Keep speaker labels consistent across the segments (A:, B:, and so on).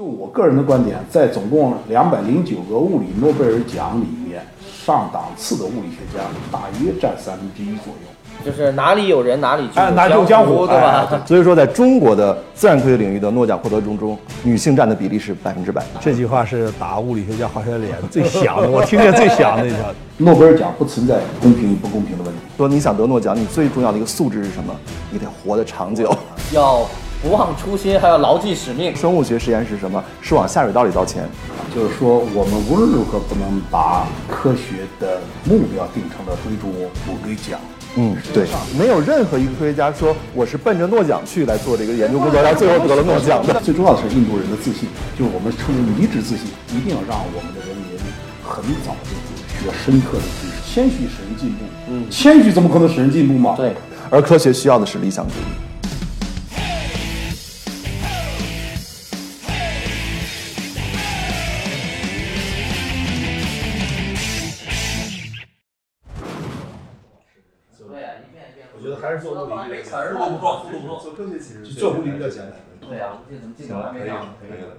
A: 就我个人的观点，在总共两百零九个物理诺贝尔奖里面，上档次的物理学家大约占三分之一左右。
B: 就是哪里有人哪里就
A: 哎，哪
B: 有
A: 有江湖
B: 对吧？
A: 哎
C: 所以说，在中国的自然科学领域的诺奖获得中中，女性占的比例是百分之百。
D: 这句话是打物理学家滑雪脸最响的，我听见最响的一条。
A: 诺贝尔奖不存在公平与不公平的问题。
C: 说你想得诺奖，你最重要的一个素质是什么？你得活得长 久。
B: 要不忘初心，还要牢记使命。
C: 生物学实验是什么？是往下水道里倒钱。
A: 就是说，我们无论如何不能把科学的目标定成了追逐某个奖。
C: 嗯，对，没有任何一个科学家说我是奔着诺奖去来做这个研究工作，然后最后得了诺奖的。
A: 最重要的是印度人的自信，就是我们称为迷之自信，一定要让我们的人民很早就学深刻的知识，谦虚使人进步。嗯，谦虚怎么可能使人进步嘛？
B: 对，
C: 而科学需要的是理想主义。
D: 我觉得还是做物理比较
B: 儿
D: 做科学其实做物理比较简单。
B: 对啊，这怎么进
D: 可以了，可以了。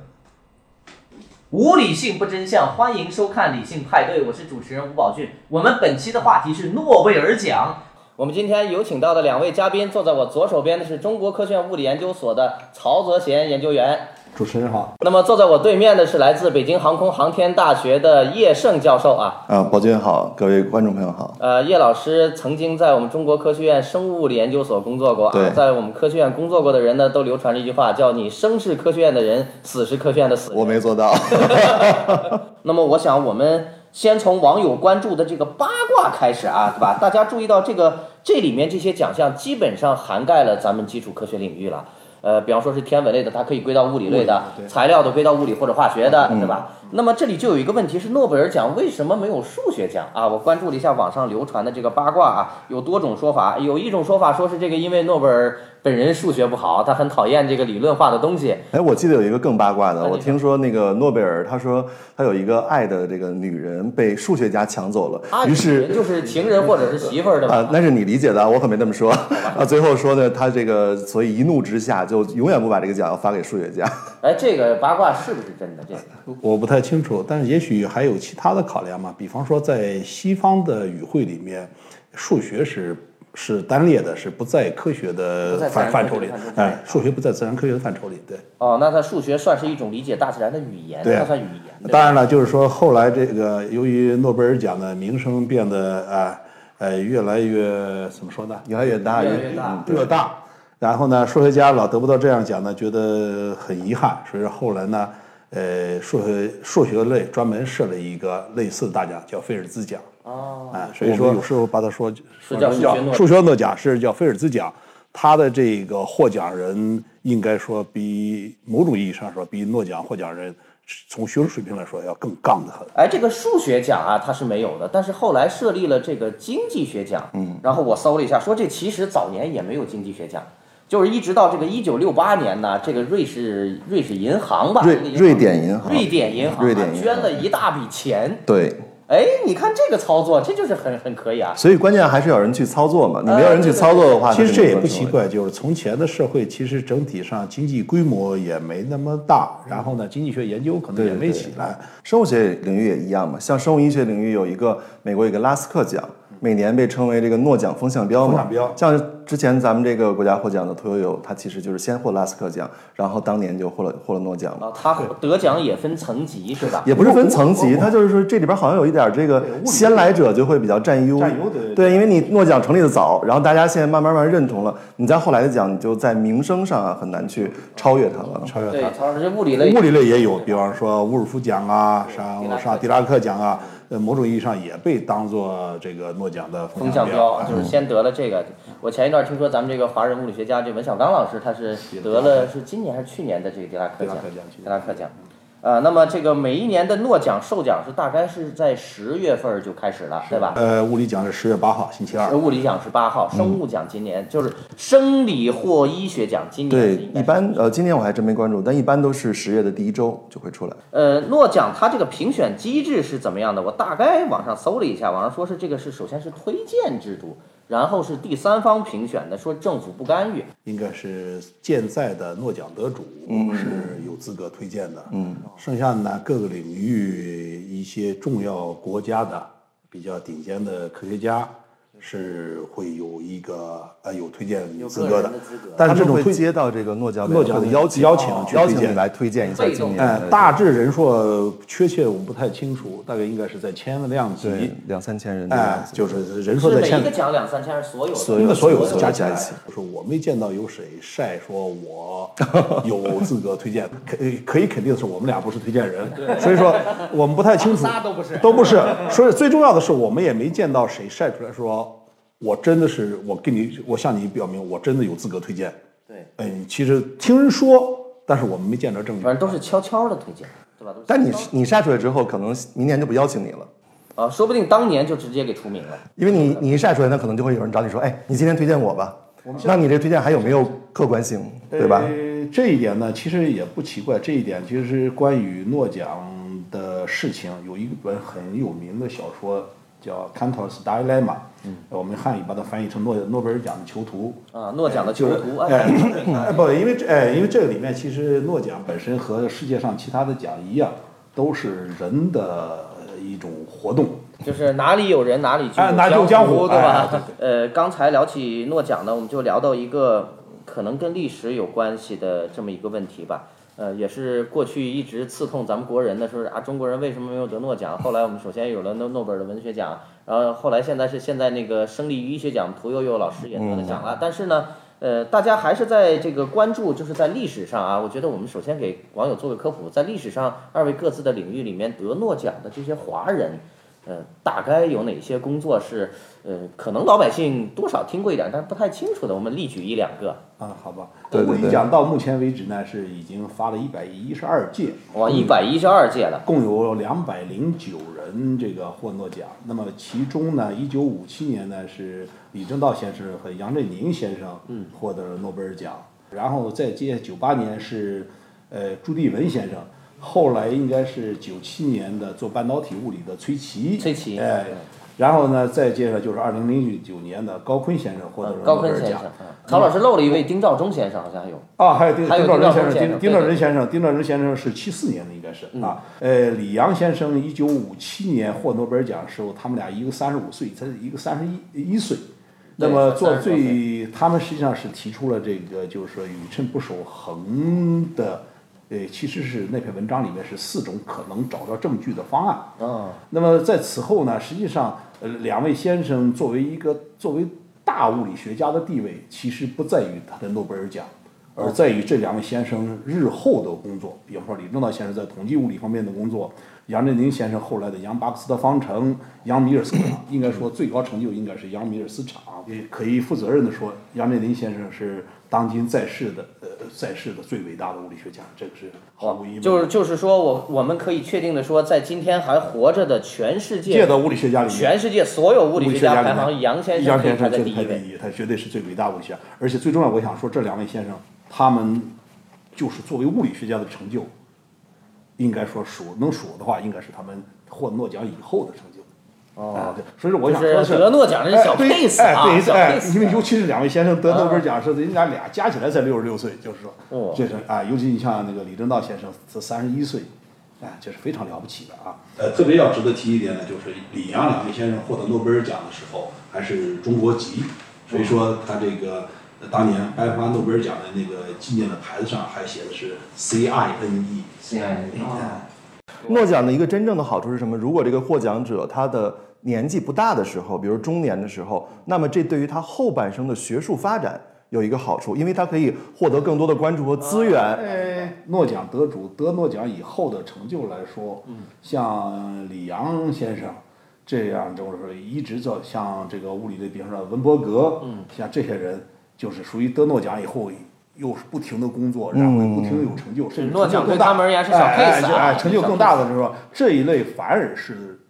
B: 无理性不真相，欢迎收看《理性派对》，我是主持人吴宝俊。我们本期的话题是诺贝尔奖。我们今天有请到的两位嘉宾，坐在我左手边的是中国科学院物理研究所的曹泽贤研究员，
A: 主持人好。
B: 那么坐在我对面的是来自北京航空航天大学的叶盛教授啊。
C: 啊，宝军好，各位观众朋友 好。
B: 呃，叶老师曾经在我们中国科学院生物物理研究所工作过啊
C: 对，
B: 在我们科学院工作过的人呢，都流传着一句话，叫“你生是科学院的人，死是科学院的死人”。
C: 我没做到，
B: 那么我想，我们先从网友关注的这个八卦开始啊，对吧？大家注意到这个这里面这些奖项基本上涵盖了咱们基础科学领域了。呃，比方说是天文类的，它可以归到物理类的；材料的归到物理或者化学的，对吧？那么这里就有一个问题是，诺贝尔奖为什么没有数学奖啊？我关注了一下网上流传的这个八卦啊，有多种说法。有一种说法说是这个因为诺贝尔本人数学不好，他很讨厌这个理论化的东西，
C: 哎，我记得有一个更八卦的，
B: 你说
C: 我听说那个诺贝尔，他说他有一个爱的这个女人被数学家抢走
B: 啊，
C: 了，于是
B: 就是情人或者是媳妇儿的吧
C: 啊，那是你理解的，我可没那么说。啊，最后说呢，他这个所以一怒之下就永远不把这个奖发给数学家。
B: 哎，这个八卦是不是真的？这个
D: 我不太清楚，但是也许还有其他的考量嘛，比方说在西方的语汇里面，数学是是单列的，是不在科学
B: 不在
D: 的
B: 自然
D: 范范畴
B: 科学
D: 里
B: 范畴里，啊
D: 哎，数学不在自然科学的范畴里，对。
B: 哦，那它数学算是一种理解大自然的语言，
D: 对啊
B: 它算语言。对吧
D: 当然了，就是说后来这个由于诺贝尔奖的名声变得啊呃越来越怎么说呢？
C: 越来越大，
B: 越来越大
C: 嗯对
D: 越大。然后呢，数学家老得不到这样奖呢，觉得很遗憾，所以说后来呢，呃，数学数学类专门设了一个类似的大奖，叫菲尔兹奖。
B: 哦，
D: 啊，所以说有时候把它说
B: 说叫数学诺
D: 数学诺奖是叫菲尔兹奖，他的这个获奖人应该说比某种意义上说比诺奖获奖人从学术水平来说要更杠的很。
B: 哎，这个数学奖啊，它是没有的，但是后来设立了这个经济学奖。嗯，然后我搜了一下，说这其实早年也没有经济学奖，就是一直到这个一九六八年呢，这个瑞士瑞士银行吧，
C: 瑞
B: 这个银行
C: 瑞典银行
B: 瑞典银行啊
C: 瑞典银行
B: 捐了一大笔钱。
C: 对，
B: 哎，你看这个操作，这就是很很可以啊。
C: 所以关键还是有人去操作嘛。你没有人去操作的话，
D: 其实
C: 它
D: 这
C: 就
D: 也
C: 没有
D: 不
C: 成
D: 奇
C: 为。
D: 怪，就是从前的社会其实整体上经济规模也没那么大，然后呢，经济学研究可能也
C: 对
D: 没
C: 对
D: 起来。
C: 生物学领域也一样嘛，像生物医学领域有一个美国有一个拉斯克奖，每年被称为这个诺奖风向标嘛。
D: 风向标
C: 像之前咱们这个国家获奖的屠呦呦，她其实就是先获拉斯克奖，然后当年就获了获了诺奖嘛。
B: 啊，它得奖也分层级是吧？
C: 也不是分层
D: 哦
C: 级，它就是说这里边好像有一点这个先来者就会比较占优，
D: 占优对
C: 对，因为你诺奖成立的早，然后大家现在慢慢慢慢认同了，你在后来的奖你就在名声上啊很难去超越它了。
D: 超越
B: 对
D: 它，，
B: 曹老师，这物理类
D: 物理类也有，比方说乌尔夫奖啊，
B: 迪
D: 上
B: 拉克
D: 上狄拉克奖啊，呃，某种意义上也被当做这个诺奖的
B: 风
D: 风
B: 向
D: 标
B: 标，
D: 啊。
B: 就是先得了这个。我前一段听说咱们这个华人物理学家这文小刚老师，他是得了是今年还是去年的这个狄拉克奖
D: 狄拉克奖，
B: 狄拉克奖。呃，那么这个每一年的诺奖授奖是大概是在十月份儿就开始了，对吧？
D: 呃，物理奖是十月八号星期二
B: 呃，物理奖是八号，生物奖今年就是生理或医学奖，今年是
C: 对
B: 应，该
C: 一
B: 是
C: 般呃，今年我还真没关注，但一般都是十月的第一周就会出来。
B: 呃，诺奖它这个评选机制是怎么样的？我大概网上搜了一下，网上说是这个是首先是推荐制度，然后是第三方评选的，说政府不干预。
D: 应该是现在的诺奖得主是有资格推荐的。嗯，剩下的呢，各个领域一些重要国家的比较顶尖的科学家是会有一个呃有推荐资格
B: 有个
D: 的
B: 人的资格，
D: 但是这
C: 他们
D: 种
C: 会
D: 推
C: 接到这个诺奖委
D: 诺
C: 员
D: 奖
C: 会的
D: 邀
C: 邀
D: 请
C: 请，啊
D: 邀请去推
C: 邀请
D: 荐
C: 你来推荐一下
B: 被
C: 今
B: 动
C: 年
D: 呃
C: 的，
D: 大致人数确切我们不太清楚，大概应该是在千量级。
C: 对嗯两三千人这样
D: 哎，
C: 子，
D: 就是人数
B: 是
D: 在
B: 每
D: 千
B: 一个奖两三千，还是所有的？
C: 所
D: 应该所有的
C: 所有
D: 加
C: 的
D: 起
C: 加
D: 来
C: 一起，
D: 就是我没见到有谁晒说 我有资格推荐，可呃可以肯定的是我们俩不是推荐人，所以说我们不太清楚，
B: 仨都不是
D: 都不是。所以最重要的是，我们也没见到谁晒出来说我真的是我跟你，我向你表明我真的有资格推荐。
B: 对，
D: 嗯，其实听人说，但是我们没见着证据
B: 反。正都是悄悄的推荐，对吧？都是
C: 但你
B: 悄悄地
C: 你晒出来之后，可能明年就不邀请你了。
B: 啊，说不定当年就直接给出名了。
C: 因为你你一晒出来，那可能就会有人找你说，哎，你今天推荐我吧，那你这推荐还有没有客观性，对吧？
D: 呃，这一点呢，其实也不奇怪。这一点其实是关于诺奖的事情，有一本很有名的小说叫《Cantor's Dilemma》，嗯，我们汉语把它翻译成诺诺贝尔奖的囚徒。
B: 啊，诺奖的囚徒啊，
D: 哎，哎不，因为这哎，因为这个里面其实诺奖本身和世界上其他的奖一样，都是人的一种活动。
B: 就是哪里有人哪里就
D: 哎哪里有江湖
B: 对吧
D: 哎？对
B: 呃，刚才聊起诺奖呢，我们就聊到一个可能跟历史有关系的这么一个问题吧。呃，也是过去一直刺痛咱们国人的，说是啊，中国人为什么没有得诺奖？后来我们首先有了诺诺贝尔的文学奖，然后后来现在是现在那个生理医学奖，屠呦呦老师也得了
D: 嗯
B: 奖了。但是呢，呃，大家还是在这个关注，就是在历史上啊，我觉得我们首先给网友做个科普，在历史上二位各自的领域里面得诺奖的这些华人，呃，大概有哪些工作是呃，可能老百姓多少听过一点，但不太清楚的，我们例举一两个。
D: 啊，好吧，
C: 对对
D: 物理
C: 对
D: 奖到目前为止呢，是已经发了一百一十二届，
B: 哇，一百一十二届了，
D: 共有两百零九人这个获诺奖。那么其中呢，一九五七年呢是李政道先生和杨振宁先生
B: 嗯
D: 获得了诺贝尔奖，然后再接九八年是呃朱棣文先生。后来应该是九七年的做半导体物理的崔琦，
B: 崔琦
D: 哎
B: 嗯，
D: 然后呢，再接着就是二零零九年的高锟先生获得
B: 嗯
D: 了
B: 高
D: 诺贝
B: 锟
D: 尔
B: 先
D: 奖
B: 生，，嗯曹老师漏了一位丁肇中先生，好像有。
D: 啊，还有丁
B: 还有
D: 丁肇
B: 丁肇
D: 仁先
B: 中先生
D: 生，丁兆
B: 对对嗯
D: 仁先生，丁兆仁先生是七四年的，应该是啊。呃，李阳先生一九五七年获诺贝尔奖的时候，他们俩一个三十五岁，他一个三十一一岁。那
B: 对
D: 么
B: 是
D: 做
B: 32
D: 最，他们实际上是提出了这个，就是说宇称不守恒的，呃，其实是那篇文章里面是四种可能找到证据的方案。
B: 嗯，
D: 那么在此后呢，实际上，呃，两位先生作为一个作为大物理学家的地位，其实不在于他的诺贝尔奖，而在于这两位先生日后的工作。比方说，李政道先生在统计物理方面的工作，杨振宁先生后来的杨巴克斯特方程、杨米尔斯场，应该说最高成就应该是杨米尔斯场。也可以负责任的说，杨振宁先生是当今在世的呃在世的最伟大的物理学家，这个是毫无疑问的。
B: 就是就是说我我们可以确定的说，在今天还活着的全世
D: 界
B: 界，
D: 的物理学家里面，
B: 全世界所有物理学家排
D: 里
B: 行，
D: 面
B: 杨先
D: 杨
B: 生可以
D: 先
B: 排
D: 生
B: 在
D: 就
B: 第
D: 是排
B: 一
D: 第
B: 位。
D: 一，他绝对是最伟大物理学家。而且最重要，我想说，这两位先生，他们就是作为物理学家的成就，应该说数能数的话，应该是他们获诺奖以后的成就。哦，对所以说我
B: 就
D: 想说的
B: 是
D: 是，
B: 得诺奖的是小
D: 哎对
B: case
D: 哎
B: 啊，
D: 对
B: 小
D: 哎
B: case。
D: 因为尤其是两位先生得诺贝尔奖是人家俩加起来才六十六岁，就是
B: 哦
D: 说，这是啊，尤其你像那个李政道先生才三十一岁，啊，这是非常了不起的啊。呃，特别要值得提一点呢，就是李阳两位先生获得诺贝尔奖的时候还是中国籍，所以说他这个呃当年颁发诺贝尔奖的那个纪念的牌子上还写的是 C I N E。哦
C: 诺奖的一个真正的好处是什么？如果这个获奖者他的年纪不大的时候，比如中年的时候，那么这对于他后半生的学术发展有一个好处，因为他可以获得更多的关注和资源。
D: 呃，诺奖得主得诺奖以后的成就来说，
B: 嗯
D: 像李阳先生这样，就是一直做像这个物理的，比方说文伯格，
B: 嗯
D: 像这些人，就是属于得诺奖以后。又是不停的工作，然后不停的有成就，甚至
B: 诺奖
D: 成就
B: 嗯对
D: 更大
B: 他们而言是小
D: 哎哎
B: case
D: 就
B: 啊
D: 哎成就
B: 小
D: 更大的时候，这一类反而是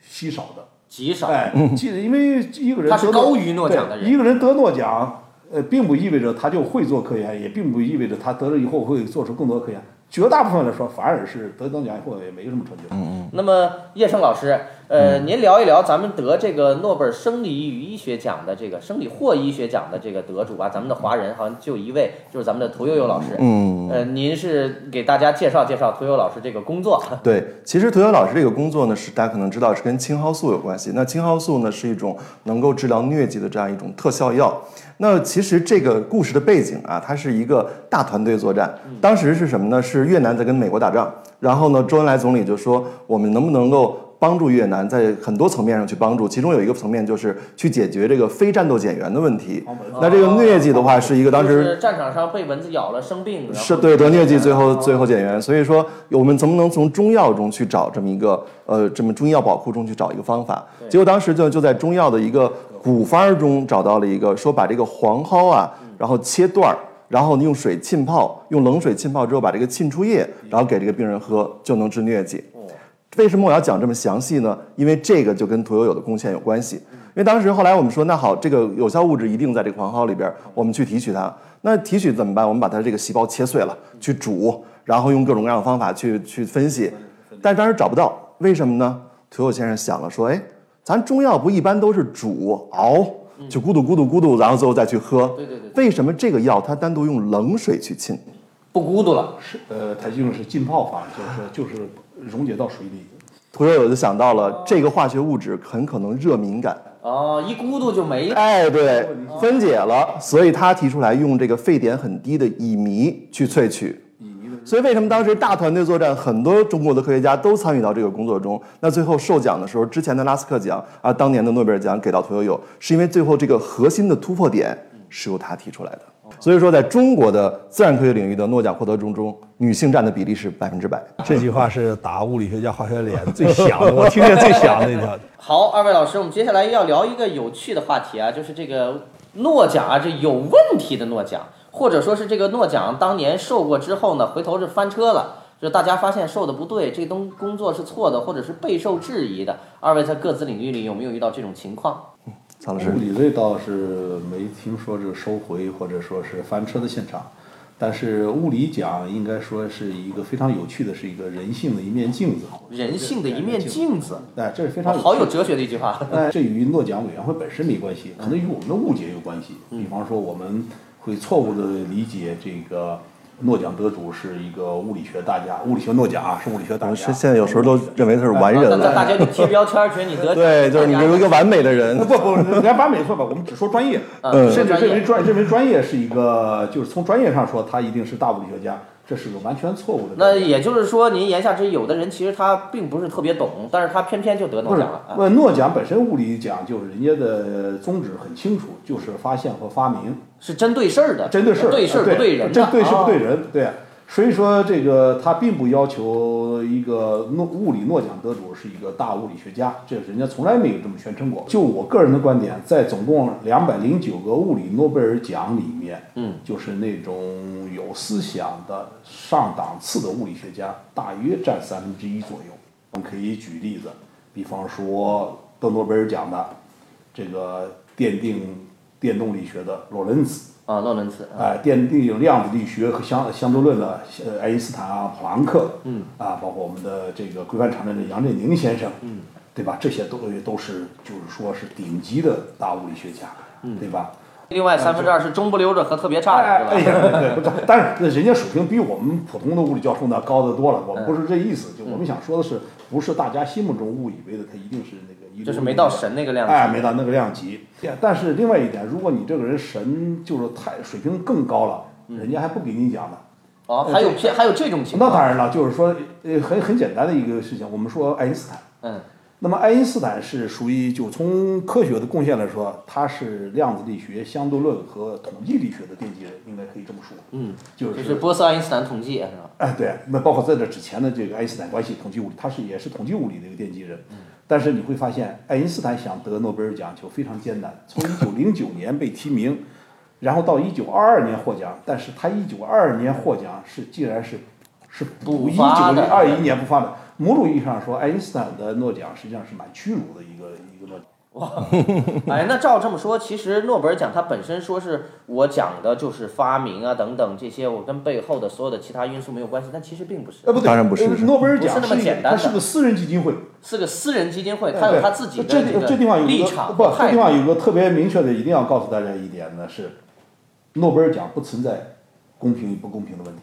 D: 稀少的。
B: 极少。
D: 哎，记得，因为一个人
B: 嗯他是
D: 得诺
B: 高于诺奖的人
D: 对一个人得诺奖，呃，并不意味着他就会做科研，也并不意味着他得了以后会做出更多科研。绝大部分来说，反而是得诺奖以后也没什么成就。嗯嗯。
B: 那么叶盛老师，呃，
C: 嗯
B: 您聊一聊咱们得这个诺贝尔生理与医学奖的这个生理或医学奖的这个得主吧。啊咱们的华人好像就一位，就是咱们的屠呦呦老师。
C: 嗯，
B: 呃，您是给大家介绍介绍屠呦老师这个工作。
C: 对，其实屠呦老师这个工作呢，是大家可能知道是跟青蒿素有关系。那青蒿素呢是一种能够治疗疟疾的这样一种特效药。那其实这个故事的背景啊，它是一个大团队作战。
B: 嗯
C: 当时是什么呢？是越南在跟美国打仗，然后呢，周恩来总理就说，我们能不能够帮助越南在很多层面上去帮助，其中有一个层面就是去解决这个非战斗减员的问题。那这个疟疾的话，是一个当
B: 哦就
C: 时
B: 是战场上被蚊子咬了生病，然后
C: 是对得疟疾，最后
B: 哦
C: 最后减员。所以说，我们怎么能从中药中去找这么一个呃，这么中医药宝库中去找一个方法？结果当时就就在中药的一个古方儿中找到了一个，说把这个黄蒿啊，然后切段儿。然后你用水浸泡，用冷水浸泡之后，把这个浸出液，然后给这个病人喝，就能治疟疾。为什么我要讲这么详细呢？因为这个就跟屠呦呦的贡献有关系。因为当时后来我们说，那好，这个有效物质一定在这个黄蒿里边，我们去提取它。那提取怎么办？我们把它这个细胞切碎了，去煮，然后用各种各样的方法去去分析。但是当时找不到，为什么呢？屠呦先生想了说，哎，咱中药不一般都是煮熬，就咕嘟咕嘟咕嘟，然后最后再去喝。
B: 对对对
C: 为什么这个药它单独用冷水去浸？
B: 不孤独了。
D: 是呃，它用的是浸泡法，就是就是溶解到水里。
C: 屠呦呦就想到了这个化学物质很可能热敏感。
B: 哦，一孤独就没了。
C: 哎，对，分解了，所以他提出来用这个沸点很低的乙醚去萃取。所以为什么当时大团队作战，很多中国的科学家都参与到这个工作中？那最后授奖的时候，之前的拉斯克奖啊，当年的诺贝尔奖给到屠呦呦，是因为最后这个核心的突破点是由他提出来的。所以说，在中国的自然科学领域的诺奖获得中中，女性占的比例是百分之百。
E: 这句话是打物理学家、化学脸最响的，我听见最响的一条。
B: 好，二位老师，我们接下来要聊一个有趣的话题啊，就是这个诺奖啊，这有问题的诺奖，或者说是这个诺奖当年受过之后呢，回头是翻车了。就是大家发现受的不对，这东工作是错的，或者是备受质疑的。二位在各自领域里有没有遇到这种情况？
C: 曹老 师
D: 物，理类倒是没听说这个收回或者说是翻车的现场，但是物理奖应该说是一个非常有趣的，是一个人性的一面镜子。
B: 人性的一面镜子，
D: 哎，这是非常
B: 哇
D: 有趣
B: 好
D: 的
B: 有哲学的一句话。啊
D: 但呃这与诺奖委员会本身没关系，可能与我们的误解有关系。
B: 嗯
D: 比方说，我们会错误的理解这个诺奖得主是一个物理学大家，物理学诺奖啊，是物理学大
C: 我
D: 家。
C: 们现在有时候都认为他是完
B: 啊
C: 人
B: 大大
C: 了，
B: 大家你贴标签儿，觉得你得
C: 对，就是你
B: 大
C: 是
B: 家
C: 一个完美的人
D: 不。不，人家完美错吧？我们只说专业，
B: 嗯
D: 甚至
B: 专业
D: 认为专认为专业是一个，就是从专业上说，他一定是大物理学家，这是个完全错误的。
B: 那也就是说，您言下之意，有的人其实他并不是特别懂，但是他偏偏就得
D: 不
B: 诺
D: 是
B: 奖了，啊。
D: 那诺奖本身物理奖就是人家的宗旨很清楚，就是发现和发明。
B: 是针对事儿的，
D: 针对事儿，
B: 对事儿
D: 啊对
B: 不对人的，
D: 针对事儿不对
B: 啊。
D: 人，对。所以说，这个他并不要求一个诺物理诺奖得主是一个大物理学家，这人家从来没有这么宣称过。就我个人的观点，在总共两百零九个物理诺贝尔奖里面，
B: 嗯，
D: 就是那种有思想的上档次的物理学家，大约占三分之一左右。我们可以举例子，比方说得诺贝尔奖的这个奠定电动力学的洛伦兹，
B: 啊，诺伦茨，
D: 啊，奠定有量子力学和相相对论的呃爱因斯坦啊、普朗克，嗯，啊，包括我们的这个规范常识的杨振宁先生，嗯，对吧？这些都都是就是说是顶级的大物理学家，嗯，对吧？
B: 另外三分之二是中不溜着和特别差的，
D: 哎
B: 是吧？
D: 呀， 对对，但是那人家水平比我们普通的物理教授呢高得多了。我们
B: 嗯
D: 不是这意思，就我们想说的是，不是大家心目中误以为的他一定是那个一流
B: 就是
D: 的
B: 没
D: 那
B: 到
D: 个
B: 神那个量级。
D: 哎，没到那个量级。对但是另外一点，如果你这个人神就是太水平更高了，
B: 嗯
D: 人家还不给你讲呢。
B: 哦，还有偏还有这种情
D: 那
B: 况。
D: 当然了，就是说，呃，很很简单的一个事情，我们说爱因斯坦。
B: 嗯，
D: 那么爱因斯坦是属于就从科学的贡献来说，他是量子力学、相对论和统计力学的奠基人，应该可以这么说。嗯，就是
B: 就是波斯爱因斯坦统计啊是吧？
D: 哎，对，那包括在这之前的这个爱因斯坦关系统计物理，他是也是统计物理的一个奠基人。
B: 嗯
D: 但是你会发现，爱因斯坦想得诺贝尔奖就非常艰难，从一九零九年被提名，然后到一九二二年获奖，但是他一九二二年获奖是竟然是是补
B: 补
D: 一九
B: 发的
D: 二一年不发的。某种意义上说，爱因斯坦的诺奖实际上是蛮屈辱的一个一个诺奖。
B: 哇，哎，那照这么说，其实诺贝尔奖它本身说是我讲的就是发明啊等等这些，我跟背后的所有的其他因素没有关系，但其实并不是
D: 呃，。不对，
C: 当然不是
D: 呃诺贝尔
B: 不
D: 奖
B: 是那么
D: 一个
B: 简
D: 它
B: 单的
D: 是个私人基金会，
B: 是个私人基金会，
D: 哎对
B: 它有它自己的
D: 这
B: 这个
D: 这地方有一
B: 立
D: 个
B: 场
D: 不
B: 和，
D: 这
B: 态
D: 地
B: 度。
D: 方有个特别明确的，一定要告诉大家一点呢是，诺贝尔奖不存在公平与不公平的问题。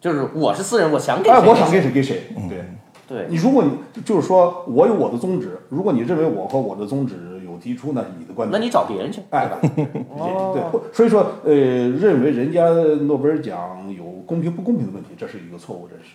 B: 就是我是私人，我想给谁
D: 哎，
B: 谁，
D: 我想给谁给谁。对
B: 对
D: 你，如果你就是说我有我的宗旨，如果你认为我和我的宗旨有抵触，那是你的观
B: 那
D: 点。
B: 你哦找别人去。
D: 哎，对，对，所以说，呃，认为人家诺贝尔奖有公平不公平的问题，这是一个错误认识。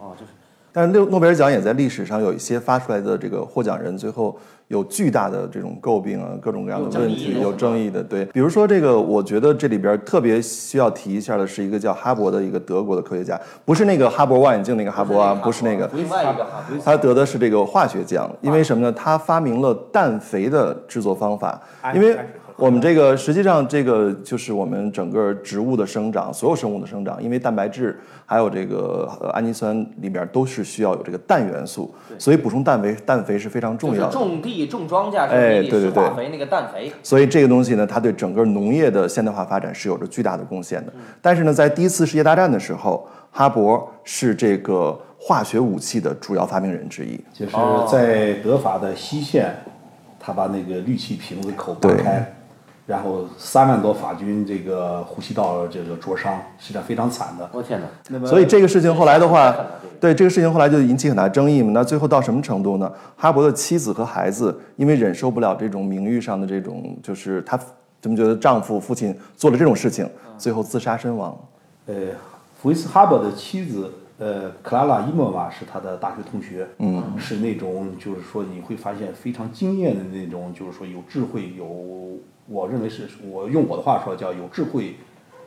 B: 哦，就是
C: 但是诺诺贝尔奖也在历史上有一些发出来的这个获奖人，最后有巨大的这种诟病啊，各种各样的问题，
B: 有
C: 有
B: 争
C: 争议的。对，比如说这个，我觉得这里边特别需要提一下的是一个叫哈勃的一个德国的科学家，不是那个哈勃望远镜那个哈勃啊，不是那个，
B: 另外一个哈勃。
C: 他得的是这个化学奖，因为什么呢？他发明了氮肥的制作方法，因为我们这个实际上这个就是我们整个植物的生长，所有生物的生长，因为蛋白质还有这个呃氨基酸里边都是需要有这个氮元素，所以补充氮肥，氮肥是非常重
B: 就是
C: 要的。
B: 种地种庄稼，
C: 哎
B: 是你
C: 对
B: 施
C: 对对
B: 化肥那个氮肥，
C: 所以这个东西呢，它对整个农业的现代化发展是有着巨大的贡献的。但是呢，在第一次世界大战的时候，哈勃是这个化学武器的主要发明人之一。
D: 就是在德法的西线，他把那个氯气瓶子口打开，然后三万多法军这个呼吸道这个灼伤，实际上非常惨的。
B: 我天哪！
D: 那么，
C: 所以这个事情后来的话
B: 这个，
C: 对这个事情后来就引起很大争议嘛。那最后到什么程度呢？哈勃的妻子和孩子因为忍受不了这种名誉上的这种，就是他怎么觉得丈夫父亲做了这种事情，最后自杀身亡。
D: 呃，福伊斯哈伯的妻子呃克拉拉伊莫娃是他的大学同学，嗯，是那种就是说你会发现非常惊艳的那种，就是说有智慧，有我认为是我用我的话说叫有智慧、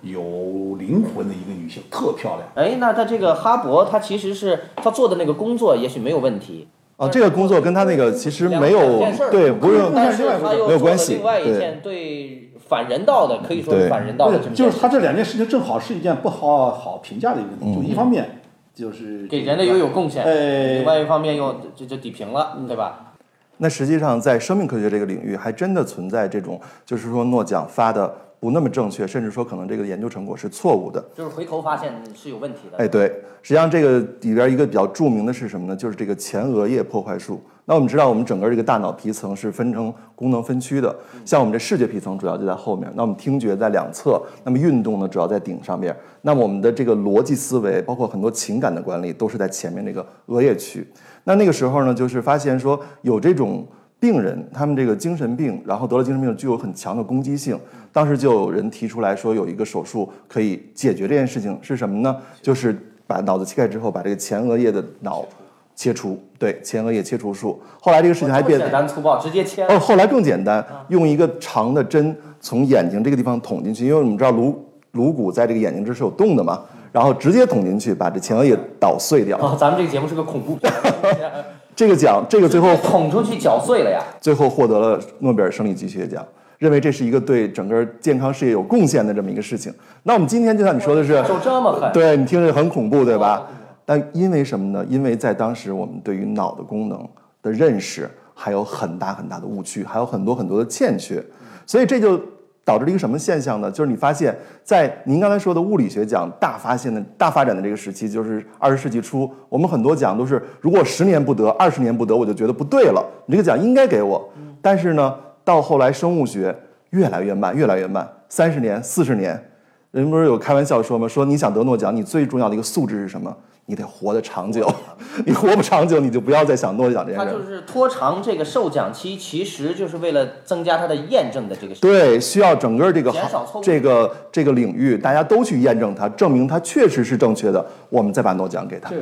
D: 有灵魂的一个女性，特漂亮。
B: 哎，那他这个哈勃，他其实是他做的那个工作，也许没有问题，
C: 啊，这个工作跟他那个其实没
B: 两
C: 有
B: 件事儿
C: 对，不用
B: 但是他又
C: 没
B: 做
C: 有
B: 了
C: 关系
B: 另外一
C: 对
B: 件对反人道的，可以说是
C: 对
B: 反人道的这么一件事，嗯
D: 就是他这两件事情正好是一件不好好评价的一个问题，就一方面就是
B: 给人类又有贡献，
D: 哎
B: 另外一方面又就就抵平了，对吧？
C: 那实际上，在生命科学这个领域，还真的存在这种，就是说诺奖发的不那么正确，甚至说可能这个研究成果是错误的。
B: 就是回头发现是有问题的。
C: 哎，对，实际上这个里边一个比较著名的是什么呢？就是这个前额叶破坏术。那我们知道，我们整个这个大脑皮层是分成功能分区的，像我们这视觉皮层主要就在后面，那我们听觉在两侧，那么运动呢主要在顶上面，那么我们的这个逻辑思维，包括很多情感的管理，都是在前面这个额叶区。那那个时候呢，就是发现说有这种病人，他们这个精神病，然后得了精神病具有很强的攻击性。当时就有人提出来说，有一个手术可以解决这件事情，是什么呢？就是把脑子切开之后，把这个前额叶的脑切除，对，前额叶切除术。后来这个事情还
B: 这么
C: 变
B: 简单粗暴，直接切了。
C: 哦，后来更简单，用一个长的针从眼睛这个地方捅进去，因为我们知道颅颅骨在这个眼睛这是有洞的嘛，然后直接捅进去，把这前额叶捣碎掉。
B: 哦，咱们这个节目是个恐怖片，
C: 这个奖，这个最后
B: 捅出去绞碎了呀。
C: 最后获得了诺贝尔生理机械奖，认为这是一个对整个健康事业有贡献的这么一个事情。那我们今天就像你说的是，
B: 就这么狠
C: 对你听着很恐怖，对吧？但因为什么呢？因为在当时我们对于脑的功能的认识还有很大很大的误区，还有很多很多的欠缺，所以这就导致了一个什么现象呢？就是你发现，在您刚才说的物理学奖大发现的大发展的这个时期，就是二十世纪初，我们很多奖都是如果十年不得，二十年不得，我就觉得不对了，你这个奖应该给我。但是呢，到后来生物学越来越慢，越来越慢，三十年、四十年，人不是有开玩笑说吗？说你想得诺奖，你最重要的一个素质是什么？你得活得长久， 你活不长久，你就不要再想诺奖这
B: 他
C: 件事
B: 就
C: 儿。
B: 是拖长这个授奖期，其实就是为了增加他的验证的这个时间。
C: 对，需要整个这个
B: 减少错误
C: 行这个这个领域，大家都去验证它，证明它确实是正确的，我们再把诺奖给它
D: 这。